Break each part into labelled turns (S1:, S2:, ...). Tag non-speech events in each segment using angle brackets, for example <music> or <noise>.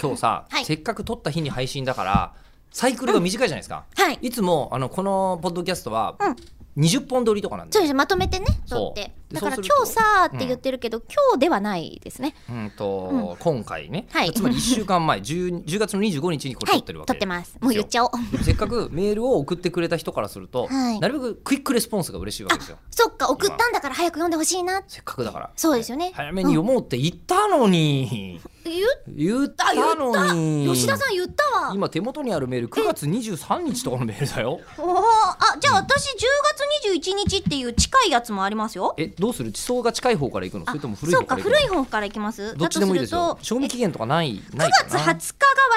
S1: 今日さ、
S2: はい
S1: せっかく撮った日に配信だからサイクルが短いじゃないですか、
S2: はい
S1: いつもあのこのポッドキャストは
S2: うん
S1: 20本撮りとかなんで
S2: そう、ですまとめてね
S1: そ
S2: 撮
S1: う
S2: って
S1: で
S2: だから
S1: そう
S2: 今
S1: すると
S2: 日さーって言ってるけど、今日ではないですね
S1: うんと今回ね、
S2: はい
S1: つまり1週間前 10, 10月の25日にこれ
S2: は
S1: 撮っ
S2: い
S1: てる
S2: 撮
S1: わ
S2: っ
S1: け、
S2: てますもう言っちゃおう <laughs>
S1: せっかくメールを送ってくれた人からすると、
S2: はい
S1: なるべくクイックレスポンスが嬉しいわけですよ
S2: そっか送ったんだから早く読んでほしいな
S1: せっかくだから
S2: そうですよね
S1: 早めに読もうって言ったのに、
S2: 言
S1: 言ったのに
S2: 吉田さん言ったわ
S1: 今手元にあるメール9月23日とかのメールだよ
S2: おーあじゃあ私10月21日っていう近いやつもありますよ
S1: えどうする地層が近い方から行くのそれとも古い
S2: そ
S1: 方
S2: う
S1: か
S2: から
S1: 行く
S2: 古い
S1: の
S2: 方からいきます
S1: どっちでもいいですよ
S2: だとす
S1: 賞
S2: ると
S1: 味期限とかないないか
S2: 9月20
S1: な
S2: 日が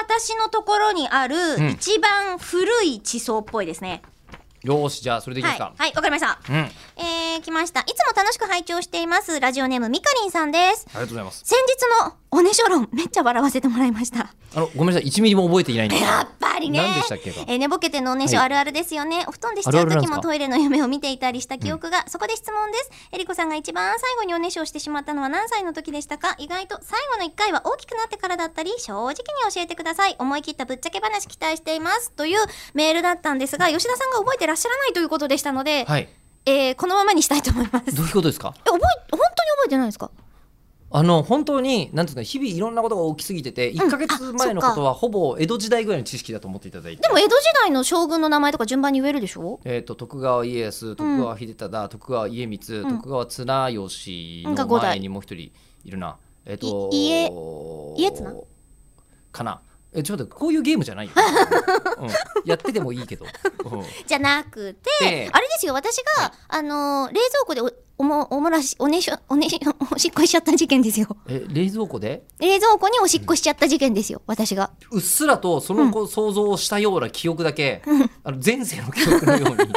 S2: 私のところにある
S1: ん
S2: 一番古い地層っぽいですね、
S1: よーしじゃあそれでいきま
S2: は
S1: す
S2: いは
S1: か、
S2: いわかりました
S1: うんあり
S2: えー、来ましたいつも楽しく拝聴していますラジオネームみかりんさんです
S1: がとうございます
S2: 先日のおねしょ論めっちゃ笑わせてもらいました
S1: あのごめんなさい1ミリも覚えていないんです
S2: やっぱりね
S1: 何でしたっけか
S2: えー寝ぼけてのおねしょ
S1: はい
S2: あるあるですよね、お布団でし
S1: あ
S2: ち
S1: る
S2: ゃ
S1: あ
S2: う
S1: るなんで
S2: 時
S1: すか
S2: もトイレの夢を見ていたりした記憶が、そこで質問ですえりこさんが一番最後におねしょをしてしまったのは何歳の時でしたか意外と最後の1回は大きくなってからだったり正直に教えてください思い切ったぶっちゃけ話期待していますというメールだったんですが吉田さんが覚えてらっしゃらないということでしたので、
S1: はい
S2: えーこのままにしたいと思います
S1: どういうことですか
S2: え覚え本当に覚えてないですか
S1: あの本当になんていうか日々いろんなことが起きすぎてて1か月前のことはほぼ江戸時代ぐらいの知識だと思っていただいて
S2: でも江戸時代の将軍の名前とか順番に言えるでしょ
S1: えー、と徳川家康徳川秀忠、徳川家光、徳川綱吉
S2: なんか
S1: の
S2: 五代
S1: 前にもう一人いるな、えっ、と
S2: い家家綱
S1: かなえちょっと待ってこういうゲームじゃない
S2: <laughs>
S1: よ、うんやっててもいいけど、うん
S2: じゃなくて、
S1: で
S2: あれですよ私が、あのー冷蔵庫でおおもおもらしおねしょおねしょおしっこしちゃった事件ですよ
S1: え冷蔵庫で
S2: 冷蔵庫におしっこしちゃった事件ですよ、私が
S1: うっすらとその子想像をしたような記憶だけ、あの前世の記憶のよ
S2: <laughs>
S1: うに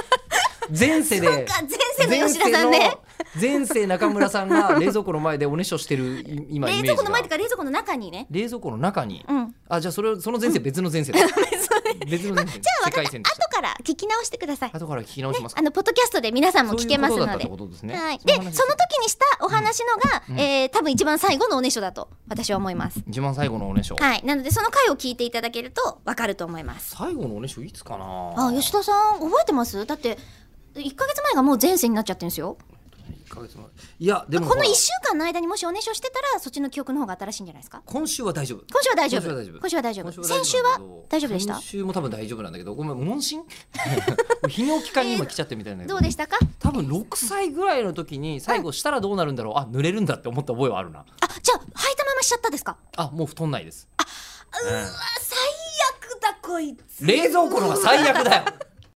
S1: 前世で
S2: 前世の吉田さんね
S1: 前世の前世中村さんが冷蔵庫の前でおねしょしてるい今イメー
S2: 冷
S1: ジ
S2: 蔵庫の前
S1: が
S2: とか冷蔵庫の中にね
S1: 冷蔵庫の中に、
S2: うん
S1: あじゃあそれその前世別の前
S2: <laughs>
S1: 世だ、別の前世、
S2: あ
S1: 世
S2: 分かっ
S1: 界
S2: た
S1: 線でした
S2: 後から聞き直してください
S1: 後から聞き直します
S2: あ
S1: か、
S2: のポッドキャストで皆さんも聞けます
S1: そういうことだったっ
S2: ので
S1: てことですね
S2: はい、
S1: そ
S2: で
S1: の
S2: そ
S1: 話
S2: の
S1: で
S2: 時
S1: す
S2: にしたお話のが、えー多分一番最後のおねしょだと私は思います、
S1: 一番最後のおねしょ、
S2: はいなのでその回を聞いていただけると分かると思います
S1: 最後のおねしょいつかな
S2: あ吉田さん覚えてますだって1ヶ月前がもう前世になっちゃってるんですよ
S1: 一ヶ月前いやでも
S2: この
S1: ほら
S2: 1週間の間にもしおねしょしてたらそっちの記憶の方が新しいんじゃないですか
S1: 今週は大丈夫
S2: 今週は大丈夫
S1: 今週は大丈夫
S2: 今週は大丈夫
S1: 今
S2: 先週は大丈夫でした
S1: 今週も多分大丈夫なんだけどごめん問診 <laughs> 泌尿器科に今来ちゃってみたいなんだけ
S2: どうでしたか
S1: 多分6歳ぐらいの時に最後したらどうなるんだろうあ濡れるんだって思った覚えはあるな
S2: あじゃあ履いたまましちゃったですか
S1: あもう布団ないです
S2: あ最悪だこいつ
S1: 冷蔵庫の方が最悪だよ